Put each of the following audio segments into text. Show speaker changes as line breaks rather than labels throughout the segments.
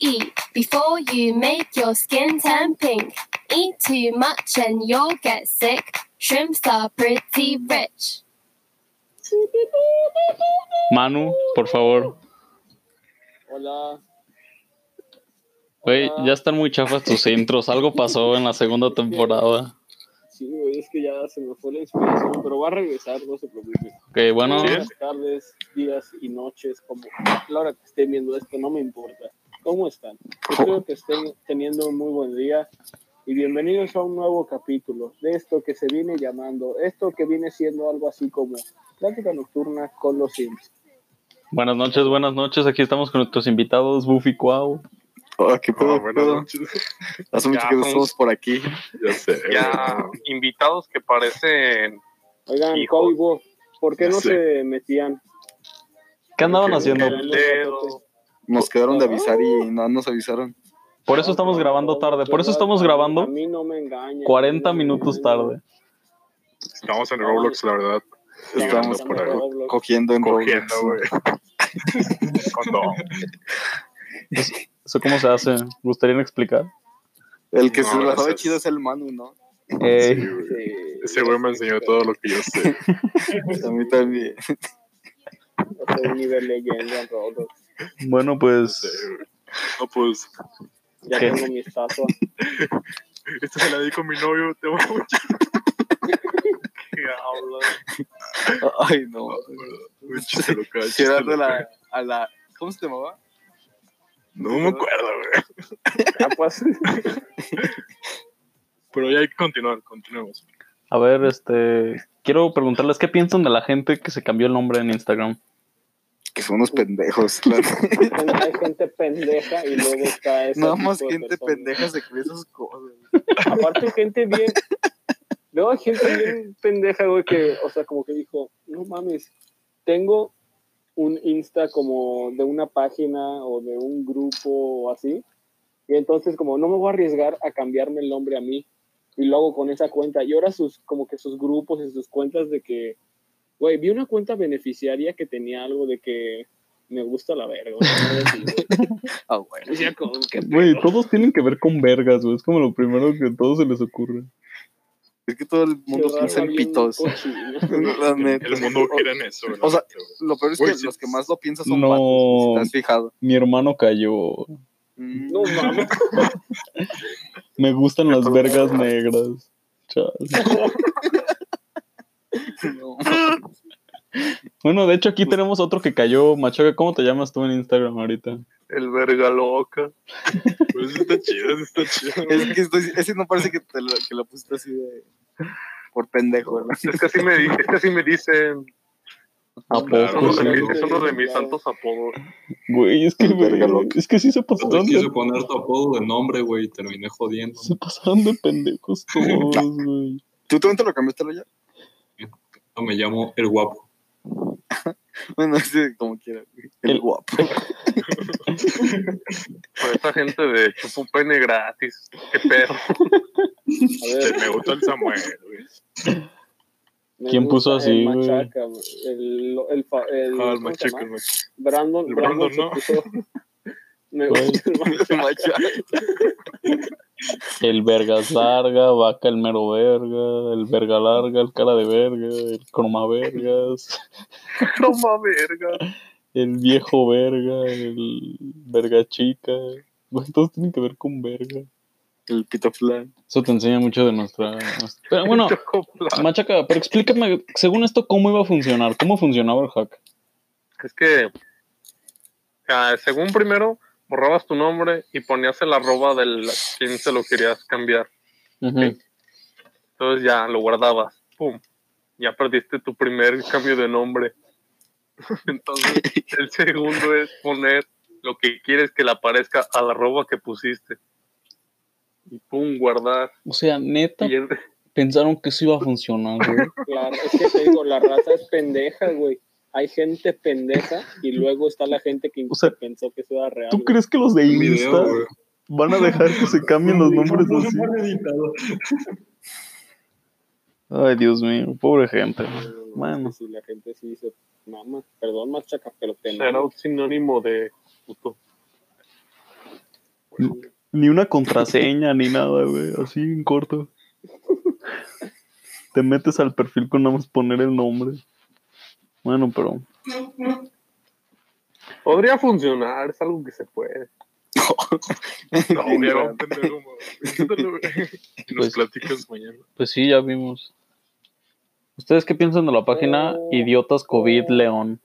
eat before you make your skin turn pink. Eat too much and you'll get sick. Shrimps are pretty rich.
Manu, por favor.
Hola.
Ah.
Güey, ya están muy chafas tus intros. Algo pasó en la segunda temporada.
Sí, güey, es que ya se me fue la inspiración, pero va a regresar, no se preocupen.
Ok, bueno.
Buenas tardes, días y noches, como la hora que estén viendo esto, no me importa. ¿Cómo están? Espero que estén teniendo un muy buen día y bienvenidos a un nuevo capítulo de esto que se viene llamando, esto que viene siendo algo así como Plática Nocturna con los Sims.
Buenas noches, buenas noches. Aquí estamos con nuestros invitados, Buffy Cuau.
Hola, Ah, qué pedo,
Oh, buenas
pedo?
noches.
Hace mucho
Ya,
que no
vamos.
estamos por aquí.
Ya sé.
ya invitados que parecen
Oigan,
Hijo.
Cowboy Bob, ¿por qué
Ya
no
sé.
se metían?
¿Qué andaban
Ok.
haciendo?
el dedo.
Nos quedaron de avisar
Oh.
y no nos avisaron.
Por eso estamos grabando tarde. Por eso estamos
A
grabando
mí no me engañan.
40 minutos tarde.
Estamos en Roblox, la verdad.
Estamos
por
ahí.
co- cogiendo en
Cogiendo, güey.
Roblox.
Condón.
¿Eso cómo se hace? ¿Gustarían explicar?
El que se
No,
la
gracias.
sabe chido es el Manu, ¿no?
Sí,
Ey,
güey.
Sí.
Ese güey me enseñó todo lo que yo sé.
A mí también.
No soy nivel leyenda en Roblox.
bueno, pues.
Sí, güey. No, pues,
Ya
¿Qué?
tengo mi estatua.
esta se la di con mi novio, te voy a mucho.
que hablan.
Ay, no.
Un chiste local,
Si era
chiste
de
local.
la, a la. ¿Cómo se llamaba?
No me acuerdo, güey.
Ya pues.
Pero ya hay que continuar, continuemos.
A ver, este. Quiero preguntarles qué piensan de la gente que se cambió el nombre en Instagram.
Que son unos pendejos. la-
Hay gente pendeja y luego está ese.
Nada
tipo
más
de
gente
personas.
pendeja se cree esas cosas.
Aparte, gente bien. Luego hay gente bien pendeja, güey, que, o sea, como que dijo, no mames, tengo un Insta como de una página o de un grupo o así. Y entonces, como no me voy a arriesgar a cambiarme el nombre a mí. Y lo hago con esa cuenta. Y ahora sus, como que sus grupos y sus cuentas de que, güey, vi una cuenta beneficiaria que tenía algo de que me gusta la verga. o sea, algo así, güey.
Ah, bueno.
Decía, como, ¿qué
Güey,
pedo?
todos tienen que ver con vergas, güey. Es como lo primero que a todos se les ocurre.
Es que todo el mundo
Qué
piensa
raza
en
bien
pitos.
cochina.
La neta.
El mundo quiere en eso, güey.
O sea, Lo peor es que
Güey, sí.
los que más lo piensan son
No.
vatos, si te has fijado.
Mi hermano cayó.
Mm.
No mames.
Me gustan las vergas negras. Chale.
No.
Bueno, de hecho aquí tenemos otro que cayó. Machaca, ¿cómo te llamas tú en Instagram ahorita?
El verga loca.
Pues está chido, eso está chido. güey.
Es que estoy, ese no parece que, te lo, que lo pusiste así de. Por pendejo, ¿no?
Es que así me, di- es que así me dicen.
¿A
Claro,
Es uno
poco?
de
güey?
mis, es uno de mis santos apodos.
Güey, es que,
El verga
güey,
loca.
es que sí se
Yo
pasaron
te
de,
quise poner tu apodo de nombre, güey, y terminé jodiendo.
se pasaron de pendejos todos, güey.
¿Tú también te lo cambiaste lo ya?
No, Me llamo El Guapo.
Bueno, sí, como quiera. güey. El,
El-
guapo.
Por esa gente de chupo pene gratis. Qué pedo.
A ver,
Este, Me gusta el Samuel, güey.
me
¿Quién
gusta
puso así,
el
güey?
Machaca, güey. El, el, fa- el,
Ah, el
¿cómo se
machaco, el
llama?
machaco.
Brandon,
El
Brandon,
Brandon,
se
¿no?
puso- Me
Güey.
gusta el machaca.
El vergas larga, vaca el mero verga, el verga larga, el cara de verga, el croma vergas,
Toma verga.
el viejo verga, el verga chica. Güey, todos tienen que ver con verga.
El pito flan.
Eso te enseña mucho de nuestra... Pero
Ah,
bueno,
Chocopla.
Machaca, pero explícame, según esto, ¿cómo iba a funcionar? ¿Cómo funcionaba el hack?
Es que, ah, según primero, borrabas tu nombre y ponías el arroba del quien se lo querías cambiar.
Ujú.
Entonces ya lo guardabas. Pum. Ya perdiste tu primer cambio de nombre. Entonces, el segundo es poner lo que quieres que le aparezca al arroba que pusiste. Y pum, guardar.
O sea, neta,
Y el-
pensaron que eso iba a funcionar, güey.
Claro, es que te digo, la raza es pendeja, güey. Hay gente pendeja y luego está la gente que
O sea,
pensó que eso era real.
¿Tú
güey.
crees que los de
Un
Insta
video, güey.
van a dejar que se cambien los nombres así? Ay, Dios mío, pobre gente.
No,
Bueno.
Si la gente sí dice, mamá, perdón, machaca, pero te
será un sinónimo de puto.
Ni una contraseña, ni nada, güey. Así en corto. Te metes al perfil con nada más poner el nombre. Bueno, pero.
Podría funcionar, es algo que se puede.
No, hubiera un pendejo, güey. Inténtalo, güey. Y
Pues-
Nos platicas mañana.
Pues sí, ya vimos. ¿Ustedes qué piensan de la página
Oh.
Idiotas COVID León?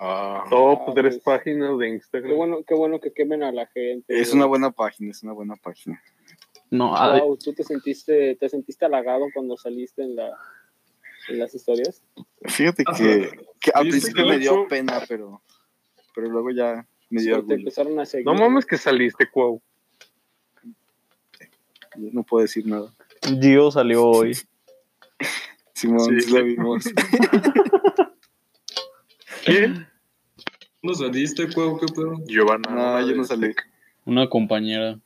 Ah,
Top tres páginas de
Qué
Instagram.
bueno, qué bueno que quemen a la gente.
Es una buena página, es una buena página.
No, a-
Wow, ¿Tú te sentiste, te sentiste halagado cuando saliste en, la, en las historias?
Fíjate que, que al
Oye,
principio
este
me dio
gacho-
pena, pero, pero luego ya me dio
Pero te
orgullo.
empezaron a seguir.
No mames que saliste, Cuau.
pues,
No puedo decir nada.
Gio salió hoy.
Simón,
Sí.
sí, lo vimos.
¿Quién?
¿No saliste, cuau? ¿Qué pedo?
Giovanna.
No, yo no
mames.
salí.
Una compañera.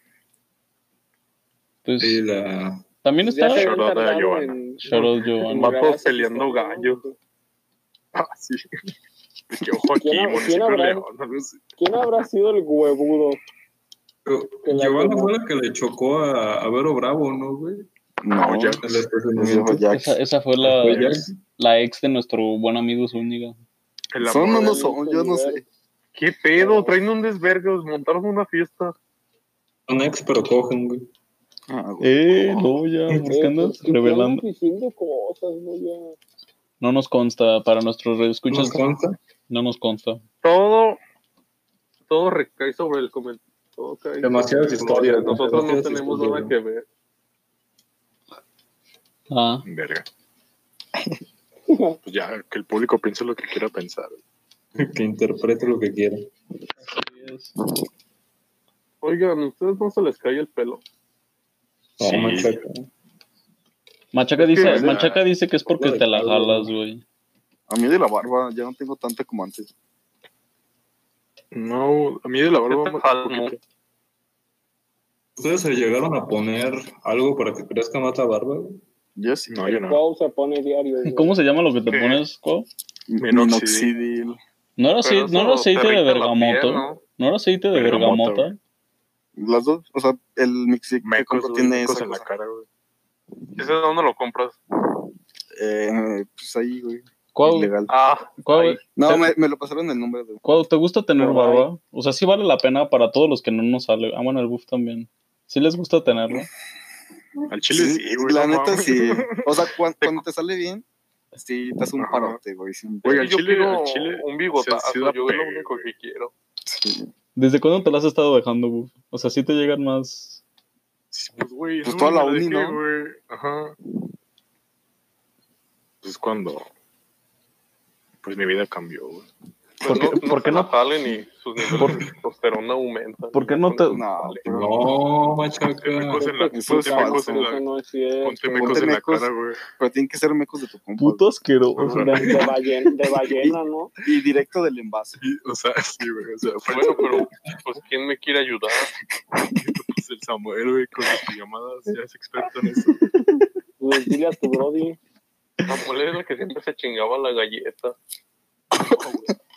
Pues
Sí, la...
también
Ya
está.
se habían
Shout out a
tardado
Giovanna.
en-
Shout out,
en
Giovanna.
Vatos
grabar sus
peleando
historias, ¿no?
gallos.
Ah, sí. Yo, Joaquín,
¿Quién ha- quién
municipio de
habrá-
León. algo así.
¿Quién habrá sido el huevudo?
Pero
Que la
Giovanna
verdad-
fue la que le chocó a, a Vero Bravo, ¿no, güey?
No,
No, ya.
En el
nos dijo
estacionamiento.
Jack.
Esa, esa fue la,
Fue Jack.
la ex de nuestro buen amigo Zúñiga.
El
Son
amor.
unos- No son, yo no sé.
¿Qué pedo? Traen un desvergue, os montaron una fiesta.
Son ex, pero cogen, güey.
Ah, güey.
Eh, no,
Este Pues,
ya, ¿por qué andas revelando?
diciendo cosas, ¿no? Ya.
No nos consta, para nuestros
¿Nos
radioescuchas
consta?
no nos consta.
Todo, todo recae sobre el comentario. Todo cae
Demasiadas
sobre
historias,
Nosotros no
demasiadas
tenemos
historias.
nada que ver.
Ah,
Verga. Pues ya, que el público piense lo que quiera pensar.
Que interprete lo que quiera.
Oigan, ¿ustedes no se les cae el pelo?
No,
Sí.
machaca.
Machaca
Es que,
dice,
o sea,
Machaca dice que es porque
de
te la
todo,
jalas, güey.
A mí de la barba ya no tengo tanta como antes.
No, a mí de la barba me-
Ojalá,
porque-
¿Ustedes se llegaron a poner algo para que crezca más la barba, güey?
Yo sí.
No, yo no.
Cuau se pone diario. güey.
¿Cómo se llama lo que te
¿Qué?
pones, Cuau?
Minoxidil.
Minoxidil.
No era,
Pero
acei- no era
eso te
aceite de
irrita la piel,
bergamoto. ¿no?
¿no?
era aceite de
Bergamota,
bergamota.
Las dos, o sea, el mixi que
Mecos,
compro
güey,
tiene
mecos
esa
en la
cosa.
cara, güey.
¿Ese es dónde lo compras?
Eh, pues ahí, güey.
Cuau,
Ilegal.
Ah,
Cuau,
ahí.
No,
te-
me, me lo pasaron el nombre de.
Cuau, ¿te gusta tener
Por
barba? O sea, sí vale la pena para todos los que no nos sale. Aman al buff también. Sí les gusta tenerlo.
Al chile sí, güey.
La
no
neta
mames.
sí. O sea, cuan- cuando te sale bien, sí, te hace un parote, güey. sin-
Güey, al
yo
chile-
quiero
al chile
un bigotazo,
se- se
yo
da
es lo
pena,
único
güey.
que quiero.
sí.
¿Desde cuándo te la has estado dejando, buff? O sea, sí te llegan más.
Sí, Pues, güey,
Pues
no
toda la
me
uni,
dejé,
¿no?
güey. Ajá. Pues cuando. Pues mi vida cambió, güey.
¿Por qué- por qué
Pues se
no-
la jalen y sus niveles de testosterona aumentan.
¿Por qué no te-
No, pero-
No,
Ponte
machaca.
mecos en la,
Es
ponte
un
mecos
falso.
en la,
Eso Este, pues, no es cierto.
Eh,
Pues,
ponte mecos
Ponte
en la
mecos.
cara, güey.
Pero tienen que ser mecos de tu compa.
Puto asqueroso.
Ajá.
De, ballen- de ballena, ¿no?
güey. Y directo del envase.
Sí, o sea, sí, güey. O sea, fue
Bueno, pero pues quién me quiere ayudar.
pues, el Samuel, güey, con sus llamadas. Ya es experto en eso.
Pues dile a tu brody.
Samuel era el que siempre se chingaba la galleta.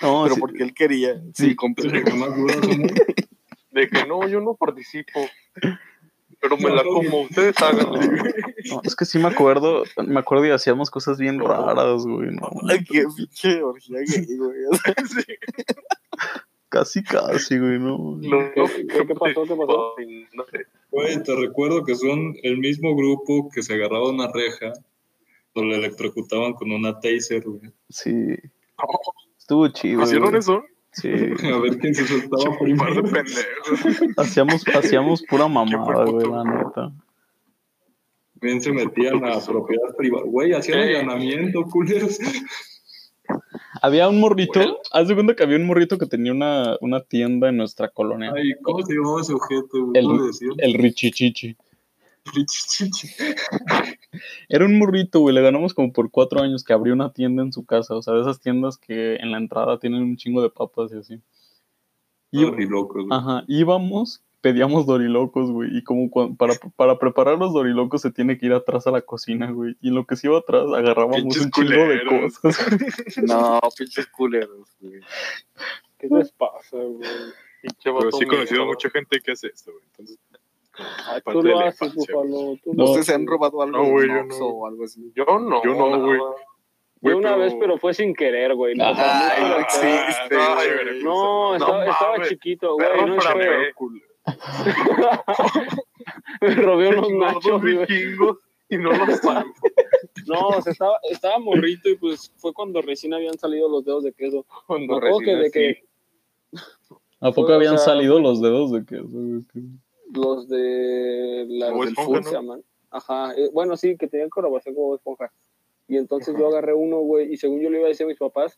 No,
pero
sí,
porque él quería. Sí, compa.
Lo que más dura son-
De que no, yo no participo. Pero me
No,
la
no,
como, ustedes háganle.
no, es que sí me acuerdo. Me acuerdo y hacíamos cosas bien raras, güey. no.
Ay, qué pinche orgía gay, güey.
Casi, casi, güey, no.
No, no,
¿Qué, qué- qué pasó? ¿Qué pasó?
Ay, no sé.
Güey, te recuerdo que son el mismo grupo que se agarraba una reja o lo electrocutaban con una taser, güey.
Sí. Estuvo chido.
¿Hicieron
güey.
eso?
Sí.
A ver quién se soltaba
Un par de
primero.
pendejos.
Hacíamos, hacíamos pura mamada,
puto?
güey, la neta.
Bien se metían a propiedad privada. Güey, hacían
Sí.
allanamiento, culeros.
Había un morrito,
Bueno.
haz de cuenta que había un morrito que tenía una, una tienda en nuestra colonia,
Ay, ¿cómo se llamaba ese objeto, güey?
El-
¿Cómo le decían?
el Richichichi.
Richichichi.
Era un morrito, güey, le ganamos como por cuatro años que abrió una tienda en su casa, o sea, de esas tiendas que en la entrada tienen un chingo de papas y así. Y,
Estaban muy locos, güey.
ajá, íbamos, pedíamos dorilocos, güey, y como cua- para, para preparar los dorilocos se tiene que ir atrás a la cocina, güey, y en lo que se iba atrás agarrábamos
Pinches
un chingo de
culeros.
cosas.
No, pinches culeros, güey.
¿Qué les pasa, güey?
Pinche
Pero
vato
sí he conocido
mierda.
mucha gente que hace esto, güey. Entonces, parte
Tú
de
lo
la
haces,
infancia, güey.
Búfalo. Tú
No,
lo
¿Ustedes
haces.
se han robado algo
No,
de
güey,
un
yo no.
Oxxo o algo así?
Yo no.
Yo no, güey.
Yo
Güey,
una vez, pero fue sin querer, güey. No,
Ay,
o sea, no,
no
fue-
existe.
no,
güey.
güey.
No, estaba,
mames.
estaba chiquito, güey.
Perro
No es
para
feo.
perro.
Me robé unos nachos,
Gordos
güey.
vikingos y no los pago.
No, o sea, estaba, estaba morrito y pues fue cuando recién habían salido los dedos de queso.
Cuando
Me acuerdo que de que
¿A poco
O
habían
sea-
salido los dedos de que
los de la
Bob
del
Esponja,
fútbol
¿no?
se llaman. Ajá, eh, bueno, sí, que tenían colaboración con Bob Esponja. Y entonces yo agarré uno, güey, y según yo le iba a decir a mis papás,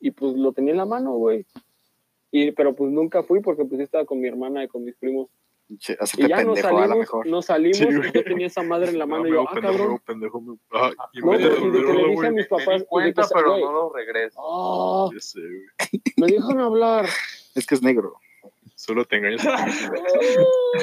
y pues lo tenía en la mano, güey. Y, pero pues nunca fui porque pues yo estaba con mi hermana y con mis primos.
Che,
Y
Hacerte
ya nos
pendejo a
salimos,
lo mejor.
nos salimos
Sí,
y
güey.
yo tenía esa madre en la mano y yo, ah, cabrón.
pendejo, me- Ah, y en
No, pues,
vez de
pero sí, de que le
devolverlo,
dije
güey,
a mis
Me
papás,
di cuenta,
de que-
pero
güey,
no lo regreso.
ah,
ya sé, güey.
me dejan hablar.
Es que es negro.
Solo te engañas a ti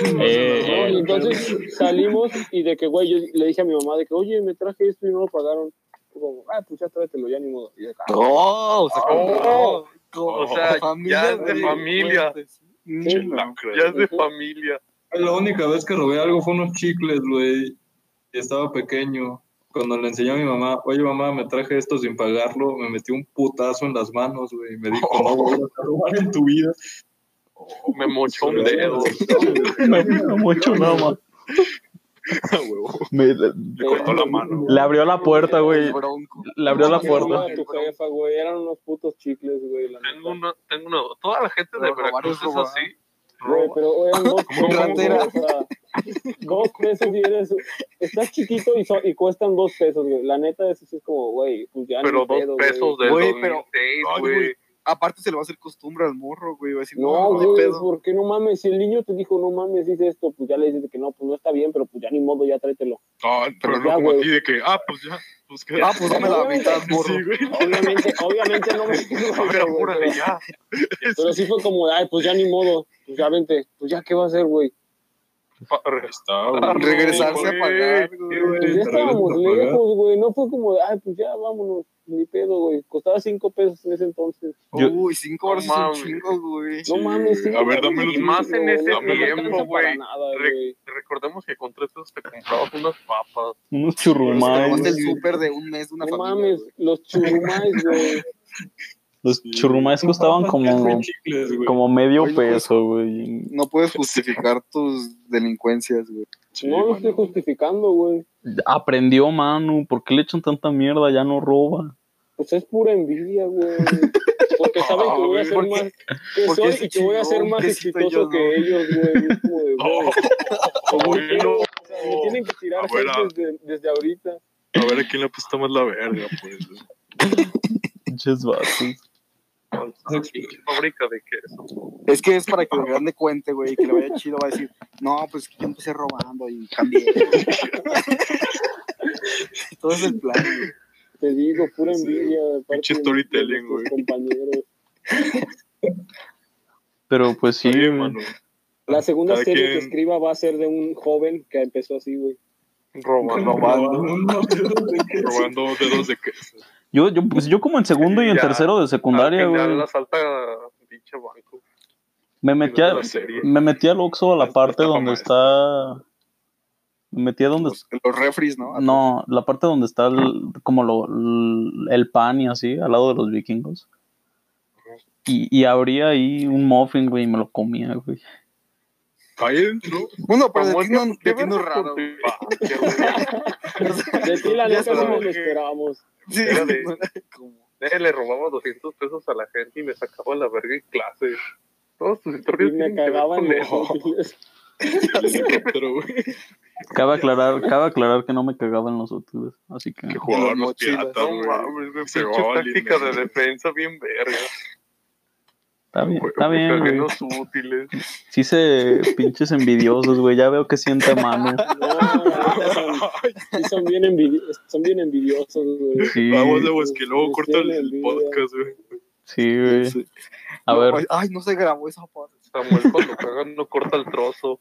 mismo.
No, y entonces salimos y de que, güey, yo le dije a mi mamá de que, oye, me traje esto y no lo pagaron. Fue Como, ah, pues ya tráetelo, ya ni modo. Y de, ah,
¡Oh! Se
Oh,
compró.
o sea,
Familia
ya es de familia.
fuentes.
Sí.
Mm.
Lacra,
Ya es de
Ujú.
familia.
La única vez que robé algo fue unos chicles, güey. Y estaba pequeño. Cuando le enseñé a mi mamá, oye mamá, me traje esto sin pagarlo, me metí un putazo en las manos, güey. Y me dijo, no vuelvas a robar en tu vida.
Me mochó un dedo.
mucho nada más.
Ah, huevo.
eh,
Le cortó la mano.
Le abrió la puerta, güey.
El bronco.
Le abrió la
mi mamá,
puerta.
tu jefa, güey, eran unos putos chicles, güey. la
Tengo
neta.
una, tengo una. Toda la gente de
Pero robar
Veracruz
es
es
robar.
así.
Güey, pero eran dos
Como
pesos,
ratera.
güey, o sea, dos pesos y eres. Estás chiquito y, so- y cuestan dos pesos, güey. La neta, eso sí es como, güey, pues ya.
Pero
ni
dos
pedo, güey.
pesos de
Güey, pero-
2006,
Ay,
güey.
güey. Aparte se le va a hacer costumbre al morro, güey. Va a decir,
No,
no, qué
güey,
pedo.
porque no mames, si el niño te dijo, no mames, dice esto, pues ya le dices que no, pues no está bien, pero pues ya ni modo, ya tráetelo.
Ah, pero no
Ya,
como
güey.
a ti de que, ah, pues ya. Pues que.
Ah, pues dame la mitad, morro.
Sí, güey.
Obviamente, obviamente no me
A ver,
güey,
apúrale
pero,
ya.
pero sí fue como, ay, pues ya ni modo, pues ya vente, pues ya qué va a hacer, güey.
Pa-
Ahí Está,
Ah,
güey.
Regresarse
güey.
a pagar, güey.
Pues ya estábamos lejos, güey, no fue como, ay, pues ya vámonos, ni pedo, güey. Costaba cinco pesos en ese entonces.
Yo-
Uy, cinco
No
horas es un
mames.
chingo, güey.
No
Sí,
mames,
güey.
cinco
A ver,
pesos
dámelo
es un
tú.
Más en
chingo,
ese
güey, no te
tiempo,
alcanza para
güey.
nada,
Re-
güey.
Recordemos que con tres pesos te comprabas unas papas.
Unos
Pero es
churrumais.
el súper de un mes de una
No
familia.
mames,
güey.
los churumais, güey.
Los churrumais costaban como, como medio peso, güey.
No puedes justificar tus delincuencias, güey.
No lo estoy justificando, güey.
Aprendió Manu, ¿por qué le echan tanta mierda? Ya no roba.
Pues es pura envidia, güey. Porque saben que voy a ser
¿Por qué?
más que
¿Por qué
soy
ese
y que voy a ser
chingón?
más
¿Qué sí soy
exitoso
yo,
que
no?
ellos, güey. Es como de, güey,
Bueno,
o sea, me tienen que tirar
Abuela.
hate desde, desde ahorita.
a ver a quién le ha puesto más la verga, pues.
Pinches vatos.
Fábrica de queso.
Es que es para que el grande cuente, güey, y que le vaya chido, va a decir, no, pues que yo empecé robando y cambié. Todo es el plan, güey.
Te digo, pura
Sí.
envidia. de parte
Pinche
de-
storytelling,
de nuestros
güey.
compañeros.
Pero pues sí,
Oye,
güey.
mano.
La segunda
Cada
serie que
quien-
escriba va a ser de un joven que empezó así, güey.
Robando.
Robando dedos de queso.
Yo, yo, pues yo como en segundo y en
Ya,
tercero de secundaria,
Al final
güey.
la salta dicho banco.
Me metí, a-
La serie.
me metí al Oxxo a la
Está-
parte
está
donde
mal.
está... Me metí a donde...
Los, los refries, ¿no?
No, la parte donde está el- como lo, el pan y así, al lado de los vikingos. Y, y abría ahí un muffin, güey, y me lo comía, güey.
Ahí entró.
Bueno, pero de
Como
ti
es que-
no, de ti no
verga
es raro.
con tu
güey.
Ah,
infancia, güey?
De ti, la
Ya
neta, no nos
sabes
lo
que-
esperábamos.
Sí,
Era de-
como-
Eh, le robaba 200 pesos a la gente y me sacaba la verga en clase. Todos sus
Y
historias
me
tienen que ver
cagaban
con
los
eso.
útiles.
El helicóptero, güey.
Cabe aclarar, cabe aclarar que no me cagaban los útiles, así que...
Que jugaban
Las
los
mochilas.
piratas,
No
güey.
mames, güey,
Se
pinche
va a
táctica
alinear.
de defensa bien verga.
Está bien,
Güey,
está
me
bien,
cagué en
güey.
los útiles.
Sí se pinches envidiosos, güey. Ya veo que siente mano.
No, la neta, son, sí son, bien envidi- son bien envidiosos, güey.
Sí,
Vamos, aguas, Ah, que luego
Sí,
corta el,
sí,
el
envidia.
podcast, güey. Ah,
sí, güey.
Sí.
A
No,
ver,
Ay, no se grabó esa parte.
Samuel cuando cagan no corta el trozo.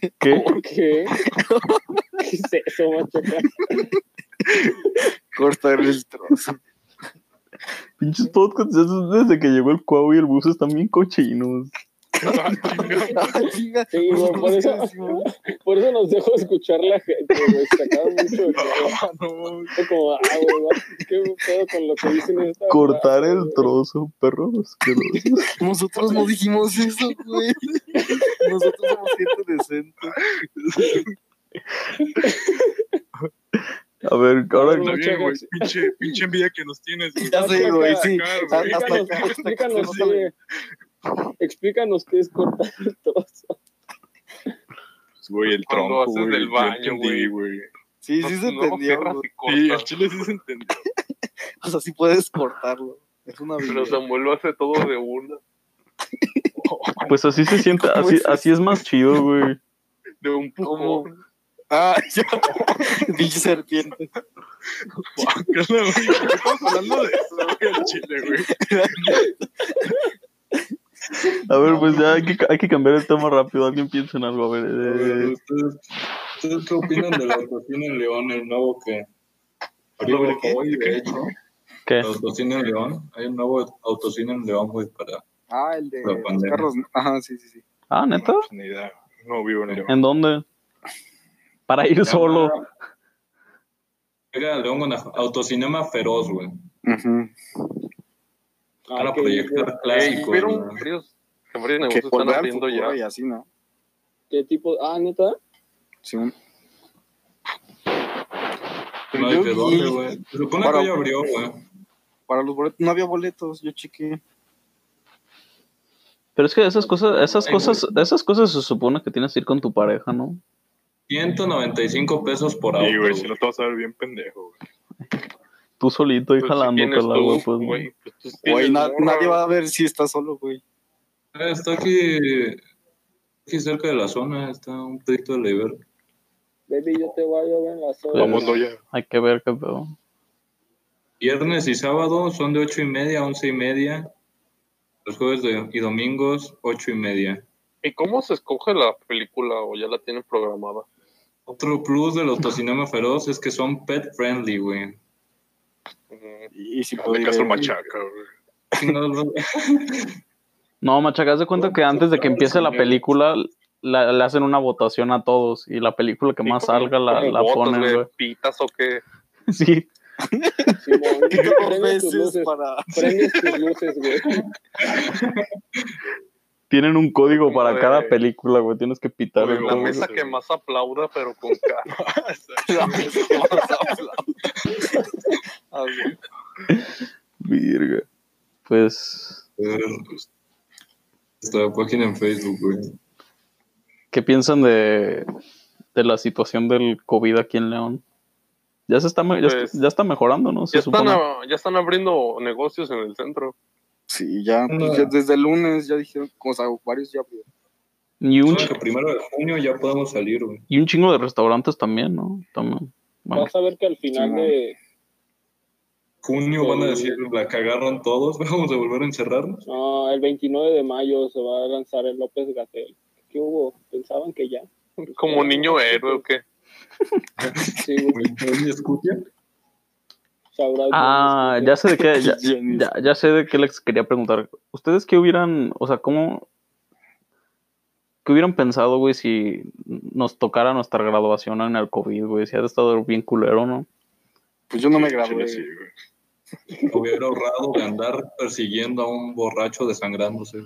¿qué?
¿Qué? ¿Qué es eso, macho?
Corta el trozo.
Pinches podcasts, esos desde que llegó el Cuau y el bus están bien cochinos.
Ah, chinga.
Sí, güey, por eso, por eso nos dejó escuchar la gente, güey. Se acaba mucho. güey.
No,
Fue como, ah, güey, va, qué pedo con lo que dicen esta.
Cortar el
güey.
trozo, perro asqueroso.
Nosotros no dijimos eso, güey. Nosotros somos gente decente.
A ver,
No,
está
ahora,
no.
bien, güey. Pinche, pinche envidia que nos tienes. güey.
Ya sé, güey, sí.
Hasta acá,
Hasta
güey.
Explícanos,
acá. hasta
explícanos,
acá se nota.
sí, Explícanos qué es cortar el trozo.
güey,
Ah,
el
Cuando
tronco,
haces
güey.
del
yo
baño,
entendí,
Sí, sí se
Luego
entendió.
cierras
güey.
y
Sí, el
cortas,
chile sí se entendió.
O sea, sí puedes cortarlo. Es una
Pero
habilidad.
Samuel lo hace todo de una.
Pues así se siente,
¿Cómo
así,
es eso?
así es más chido, güey.
De un
¿Cómo?
poco.
Ah, ya. Pinche serpiente.
Guácala, güey. Estamos hablando de eso, güey, el chile, güey.
A ver, pues ya hay que, hay que cambiar el tema rápido. Alguien piensa en algo, a ver.
A ver,
eh,
¿Ustedes, ¿Ustedes qué opinan de la cocina en León, el nuevo que...
¿Sobre
Digo,
qué?
hoy, de hecho,
¿Qué?
autocine en León. Hay un nuevo autocine en León, güey, para...
Ah, el de
La
los
pandemia.
carros. Ajá, sí, sí, sí.
Ah, neta.
Pues Ni idea. No vivo en León.
¿En dónde? Para ir solo.
Llega a León, Guanajuato. Autocinema Feroz, güey. Para
Ah, que-
proyectar
Ey,
clásicos,
pero
güey.
varios, que varios
Que
negocios están
volver al
abriendo
futuro y
ya.
así, ¿no?
¿Qué tipo? Ah, neta.
Sí, un-
No,
Yo
¿de dónde,
vi-
güey? Se supone
Para-
que hoy abrió, güey.
Para los boletos. No había boletos, yo chequé.
Pero es que esas
Pues,
cosas, esas
Ay, güey.
cosas, esas cosas se supone que tienes que ir con tu pareja, ¿no?
195 pesos por auto.
Sí, güey, si
güey.
no te vas a ver bien pendejo, güey.
Tú solito y
Pues, si
jalándote
tienes
la
tú,
güey, pues,
güey, pues, tú
Güey,
tienes
na-
morra,
nadie
güey.
va a ver si está solo, güey.
Está aquí, aquí cerca de la zona, está un pedito de Leiber.
Baby, yo te voy a llevar en la zona.
Vamos.
Vamos ya.
hay que ver qué pedo.
Viernes y sábado son de 8 y media a 11 y media. Los jueves de- y domingos, 8 y media.
¿Y cómo se escoge la película o ya la tienen programada?
Otro plus del autocinema feroz es que son pet friendly, güey.
Mm,
Y, y si puedo
Hazle
ir
caso al
a-
machaca, güey.
Chingados, güey.
No, machacas de cuenta que antes de que empiece la película, la- le hacen una votación a todos y la película que
sí,
más
como-
salga la,
como
la
botas,
ponen,
güey,
güey.
¿Pitas o qué?
Sí,
Simón,
Dos
prendes tus
veces
luces.
para.
Prendes tus luces, güey.
tienen un código para
Güey.
cada película, güey. Tienes que pitar
Güey,
el
La
¿cómo
código.
mesa
se-
que más aplauda, pero con cara.
Ah, güey.
Virga. Pues,
Esta página en Facebook, güey.
¿qué piensan de, de la situación del COVID aquí en León? Ya se está, me- ya,
Pues,
ya está mejorando, ¿no? Se
Ya están,
supone.
a- ya están abriendo negocios en el centro.
Sí, ya,
Ah.
pues, ya desde el lunes ya dijeron, o sea, varios ya abrieron.
Y un,
Supongo que primero de junio ya podemos salir, güey.
Y un chingo de restaurantes también, ¿no? También. Bueno,
Vas a ver que al final
Simón.
de.
Junio van a decir, la cagaron todos, vamos a volver a encerrarnos.
No, el 29 de mayo se va a lanzar el López Gatel. ¿Qué hubo? Pensaban que ya.
Como niño héroe o qué.
Sí, güey.
¿Me escuchan?
Sabrás,
ah, ya sé de qué, ya,
Ya ni-
ya- ya sé de qué les quería preguntar. ¿Ustedes qué hubieran, o sea, cómo, qué hubieran pensado, güey, si nos tocara nuestra graduación en el COVID, güey? Si ha de estado bien culero, ¿no?
Pues yo no me gradué.
Chile sí, güey.
Hubiera ahorrado de andar persiguiendo a un borracho desangrándose.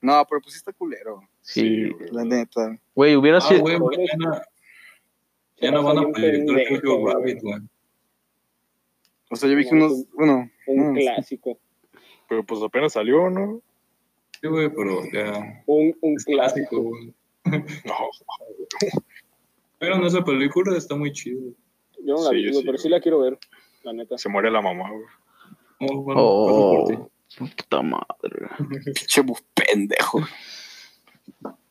No, pero pues sí está culero,
Sí.
güey.
la neta.
Güey, hubiera
Ah,
sido...
güey, mañana, mañana van a proyectar el Jojo Rabbit, güey.
O sea, yo vi que unos, bueno,
Un
Mm.
clásico.
Pero pues apenas salió, ¿no?
Sí, güey, pero ya.
Un, un
Es
clásico.
clásico, güey.
No.
Pero en esa película está muy chido.
Yo no la
Sí,
vi,
yo
güey,
sí,
pero
güey.
sí la quiero ver. La neta.
Se muere la mamá, güey.
Bueno, bueno,
Oh,
paso por ti.
puta madre.
pinche bu- pendejo.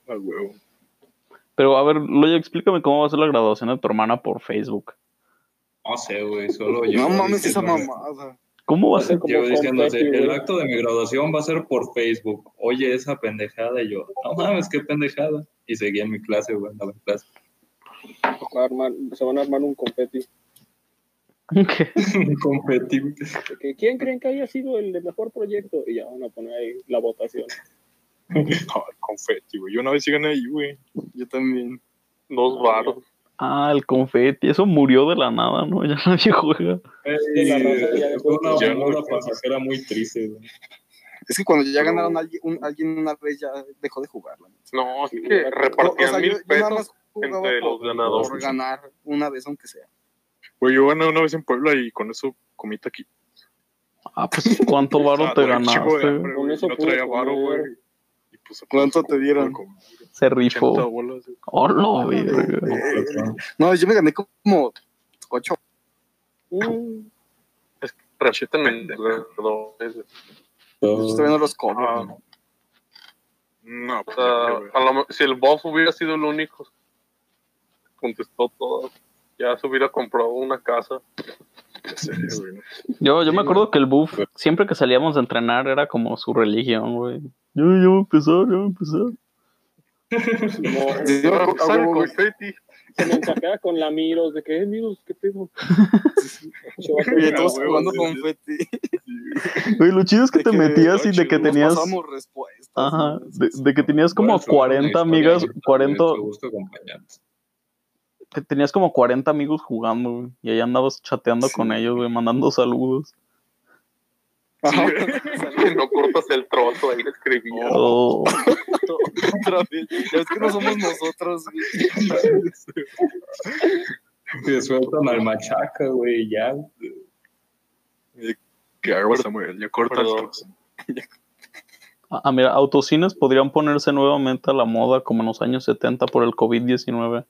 Al huevo.
Pero a ver, Loya, explícame cómo va a ser la graduación de tu hermana por Facebook.
No sé, güey, solo
No
llegó
mames esa
diciendo-
mamada.
¿Cómo va a
Va a ser
ser?
como
Llevo diciéndose,
confeti,
el
güey.
acto de mi graduación va a ser por Facebook. Oye, esa pendejada. Y yo, no mames, qué pendejada. Y seguí en mi clase, güey, andaba en clase.
Va a armar- se van a armar un confeti.
¿Qué?
Competí. güey.
de que, ¿Quién creen que haya sido el de mejor proyecto? Y ya van a poner ahí la votación.
No, el confeti, güey. Yo una vez sí gané ahí, güey.
Yo también.
Dos varos.
Ah, el confeti. Eso murió de la nada, ¿no? Ya nadie juega.
Sí, la raza ya
Eh, fue
dejó-
una
Ya
bola
no-
pasajera muy triste, güey.
Es que cuando ya ganaron alguien, un- alguien una vez ya dejó de jugarla.
No, es
Sí,
que
o-
repartían mil pesos.
jugaba
entre los ganadores.
por ganar una vez aunque sea.
Güey, yo gané una vez en Puebla y con eso comí aquí.
Ah, pues ¿cuánto varo te ganaste?
Con eso
no
pude
traía varo,
comer.
güey. Y pues,
¿Cuánto
pues,
te dieron?
como
Se
80
rifó.
bolas. güey.
Hola, verga.
No, yo me gané como ocho.
Mm,
Repartían vendedores.
Yo todavía no los cobro.
Ah, No,
O sea,
pues, ya, güey.
a lo me- si el boss hubiera sido el único, contestó todo. Ya se hubiera comprado una casa.
Ya sé, güey.
Yo, yo me acuerdo que el buff, siempre que salíamos a entrenar, era como su religión, güey. Yo, yo voy a empezar, yo voy a empezar.
no,
Sí, yo me acu-
Sale
ah, güey,
confeti.
se mensajea con la Miros, de que, eh, Miros, ¿qué pedo? Yo,
güey. Y todos
Ah, güey,
jugando
sí, sí.
confeti.
Güey, lo chido es que
De
te
que,
metías y de
oye,
que
nos
tenías.
Pasamos respuestas.
Ajá,
¿no?
de, de que tenías como
Bueno,
40
fue una historia
amigas,
ahí,
40,
te gusta acompañarte.
que tenías como 40 amigos jugando, güey, y ahí andabas chateando con ellos, güey, mandando saludos.
Ajá.
no cortas el trozo, ahí le escribía.
Oh,
Otra vez. Ya ves que no somos nosotros. güey.
Que sueltan al machaca, güey, ya.
Que hago Samuel, ya corta el
Perdón.
trozo.
Ah, mira, autocines podrían ponerse nuevamente a la moda como en los años 70 por el COVID-19.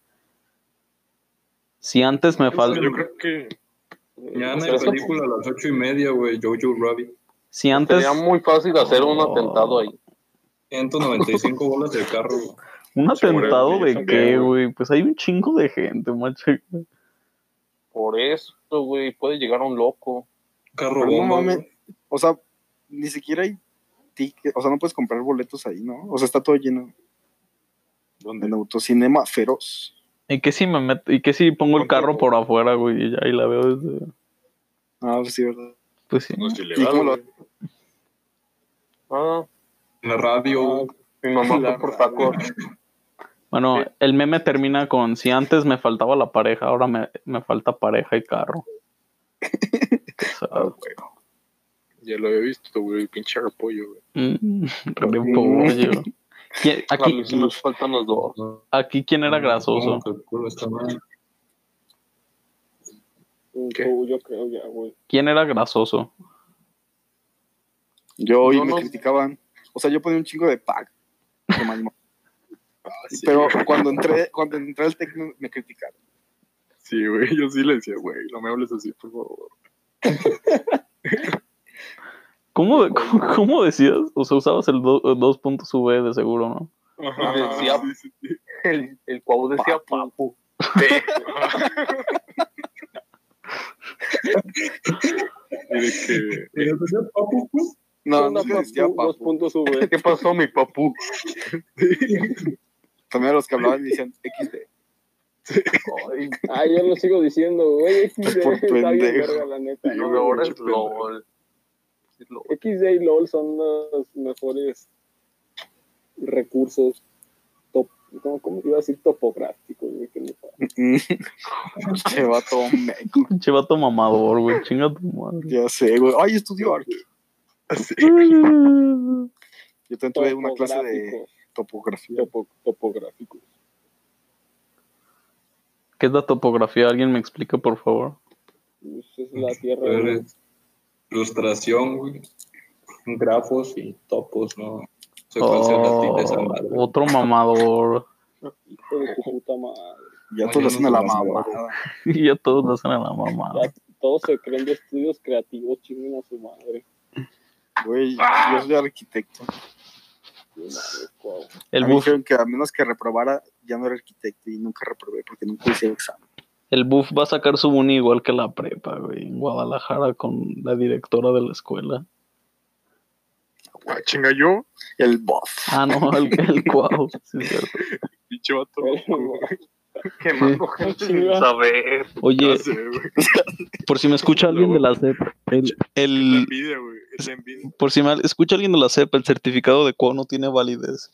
Si antes me falta,
Yo creo que
Mañana en película a las ocho y media, güey, Jojo Rabbit.
si antes
Sería muy fácil hacer un
Oh.
atentado ahí.
195 bolas del carro, güey.
un atentado
Seguro,
de
sí,
qué,
también,
güey, pues hay un chingo de gente, macho.
Por eso, güey, puede llegar un loco.
Carro
Pero no
bomba,
mames.
güey.
O sea, ni siquiera hay tickets. O sea, no puedes comprar boletos ahí, ¿no? O sea, está todo lleno.
¿Dónde?
En autocinema feroz.
¿Y qué si me meto, y qué si pongo el carro por afuera, güey, y ya ahí la veo desde,
Ah, pues sí, ¿verdad?
pues sí.
No es
¿Y
ilegal.
cómo lo-
güey.
Ah,
En la radio, güey.
mi mamá
La
fue por tacos.
Bueno,
Sí.
el meme termina con si antes me faltaba la pareja, ahora me, me falta pareja y carro. O sea,
Ah, güey. Ya lo había visto, güey, pinche repollo, güey.
mm, repollo. ¿Quién-
A
Aquí,
mí sí nos faltan los
Ah,
dos.
aquí quién
Ah,
era grasoso.
Como que culo está mal.
¿Qué?
yo, yo creo ya, güey.
¿Quién era grasoso?
Yo hoy
Yo
me
no-
criticaban. O sea, yo ponía un chingo de pack. de Malmo.
sí,
Ah, Pero
güey.
cuando entré, cuando entré al tecno me criticaron.
Sí, güey, yo sí le decía, güey, no me hables así, por favor.
¿Cómo, cómo, cómo decías? O sea, usabas el do- el 2.V de seguro, ¿no?
Me decía-
sí, sí, sí.
El, el Cuau decía papu.
Y de que,
Pero, pues, ya, papu, pues.
No,
Una
no me
papu,
decía
Dos
papu.
puntos sube.
¿Qué pasó, mi papu?
También a los que hablaban me decían XD.
Ay,
Ah, yo lo sigo diciendo, güey. XD,
Por
está bien
pendejo.
verga, la neta.
yo
¿no?
veo ahora es
mucho pendejo.
LOL. Es LOL.
XD y LOL son los mejores recursos. Top, ¿cómo, cómo iba a decir topográficos? güey, que no-
Se va todo meco.
Pinche vato mamador, güey. Chinga tu madre.
Ya sé, güey. Ay, estudio arte.
así,
Yo te entré una clase de
Topográfico,
topografía.
topo- topográfico.
¿Qué es la topografía? ¿Alguien me explica, por favor?
Pues Es la tierra. güey.
Eres eh, Ilustración, güey. Grafos y topos, ¿no? Se
Oh, otro mamador.
Hijo de tu puta madre.
Ya
Ay,
todos
yo
lo
no
hacen a la
conozco.
mamada.
Y ya todos le hacen a la mamada.
Todos se creen de estudios creativos, chinguen a su madre.
Güey, yo soy arquitecto.
Yo, madre, guau.
El
a mí
buff,
dijeron que a menos que reprobara, ya no era arquitecto y nunca reprobé porque nunca hice examen.
el buff va a sacar su uni igual que la prepa, güey. En Guadalajara con la directora de la escuela.
ah, chinga yo,
El buff.
Ah, no, el, el cuau. Sí, es cierto.
Eh.
pinche vato.
Pero,
quemando gente sin
Chinga.
saber.
Oye,
Ya sé, güey.
por si me escucha alguien de la CEP, el,
La
el-
envidia, güey. Es la envidia.
por si me escucha alguien de la CEP, el certificado de cuo no tiene validez.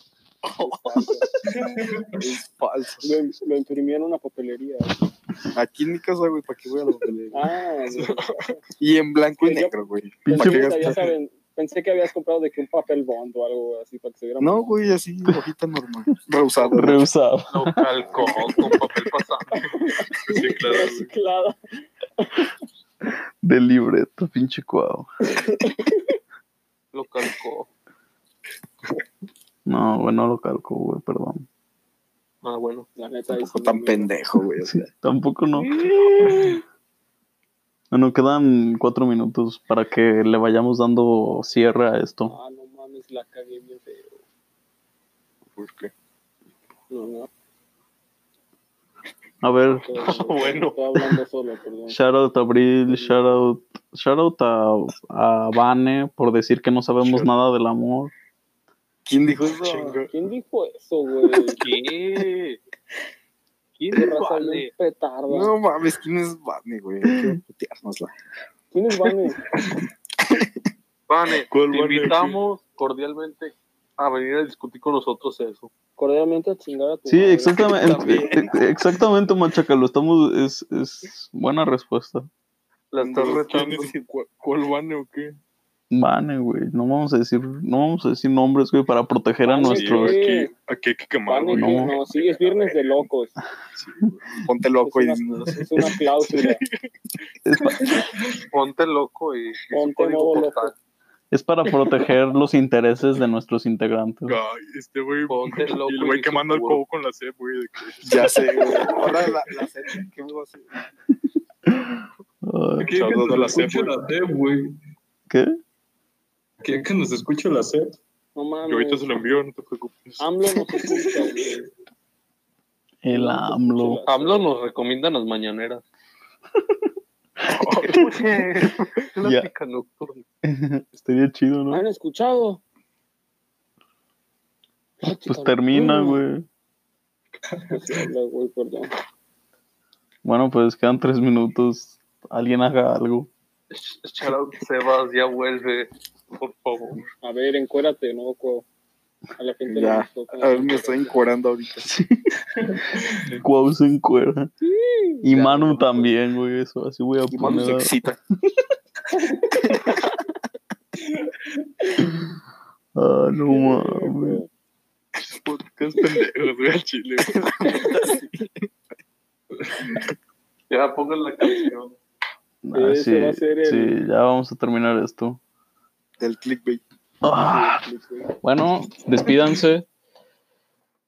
Falso.
Lo, im- lo imprimía en una papelería.
Aquí en mi casa, güey, ¿para qué voy a la papelería?
Ah, sí.
Y en blanco y
Yo-
negro, güey.
pensé,
¿Para qué
que te habías
gastar?
aven- pensé que habías comprado de que un papel bond o algo así para que se viera.
No, güey, así, hojita normal. Rehusado.
Rehusado.
Lo calcó con papel pasante.
Sí, claro, güey.
Claro.
De libreto, pinche cuau.
Lo calcó.
No, güey, no lo calco, güey, perdón.
Ah, bueno.
La neta. ahí
Tampoco
sí
tan
me-
pendejo, güey. o sea.
Tampoco no. Bueno, quedan cuatro minutos para que le vayamos dando cierre a esto.
Ah, no mames, la cagué bien feo.
¿Por qué?
No, no.
A ver,
todo-
Bueno.
Estoy hablando solo, perdón.
shout out a Abril, shout out, shout out a, a Vane por decir que no sabemos
Shout-
nada del amor.
¿Quién dijo eso?
Chinga.
¿Quién dijo eso, güey?
¿Qué? ¿Quién
Qué
es
raza
vale?
bien petarda.
No mames, ¿quién es Barney, güey? Hay que puteárnosla.
¿Quién es Vane?
Vane, te
¿Cuál Vane?
invitamos cordialmente a venir a discutir con nosotros eso.
Cordialmente a chingar a tu
Sí,
madre.
exactamente, exactamente, machaca, lo estamos, es, es buena respuesta.
La estás
Entonces, Pues, ¿quién
retando.
es y cu- ¿Cuál van o qué?
Vane, güey, no vamos a decir, no vamos a decir nombres, güey, para proteger a
Vane,
nuestros.
Ah, güey.
Aquí, aquí hay que quemar,
Vane,
güey.
No.
que- no, sí, es viernes de locos.
Ponte loco y
Es
dinos.
Es una cláusula.
Es, pa-
Ponte loco y es un
Ponte
código
modo
postal.
es para proteger los intereses de nuestros integrantes.
Ay, este güey.
Ponte loco
Y el güey
y
quemando el
seguro.
cobo con la C, güey. de que-
Ya sé, güey. Ahora la, la serie, ¿qué me va a hacer?
Ay,
Aquí hay que
Saludos a la
nos escuche
CEP,
la CEP, güey.
¿Qué?
Aquí hay que nos escuche la CEP.
No mames.
Yo ahorita se lo envío, no te preocupes.
AMLO no se escucha, güey.
El
pues,
AMLO.
AMLO nos recomiendan las mañaneras.
Ya.
Plática nocturna.
Estaría chido, ¿no?
¿Han escuchado?
Pues termina, güey.
Pues sí, habla, güey, perdón.
Bueno, pues quedan tres minutos. Alguien haga algo.
Shout out, Sebas, ya vuelve. Por favor.
A ver, encuérate, ¿no? Cuau? A la gente le
Ya.
gustó.
A ver, me estoy encuerando ahorita.
Cuau se encuera. Y Manu también, güey. Eso, así voy a
Y Manu se
poner.
excita.
Ah, no mames.
Podcast pendejos, güey, al chile. güey.
Ya pongan la canción.
Ah,
Ese
sí,
va a ser el-
sí, ya vamos a terminar esto.
Del clickbait.
Ah, bueno, despídanse.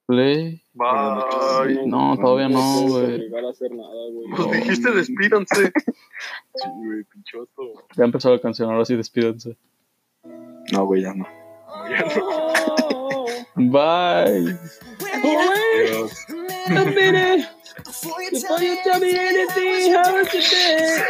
Play.
Bye.
No, todavía no,
puedes
güey.
obligar a hacer nada, güey.
Nos
pues
dijiste despídanse.
Sí, güey, pinchoso.
Ya empezó la canción, ahora sí despídanse.
No, güey, ya no.
Bye.
Pero-
Before you tell me anything, how is it?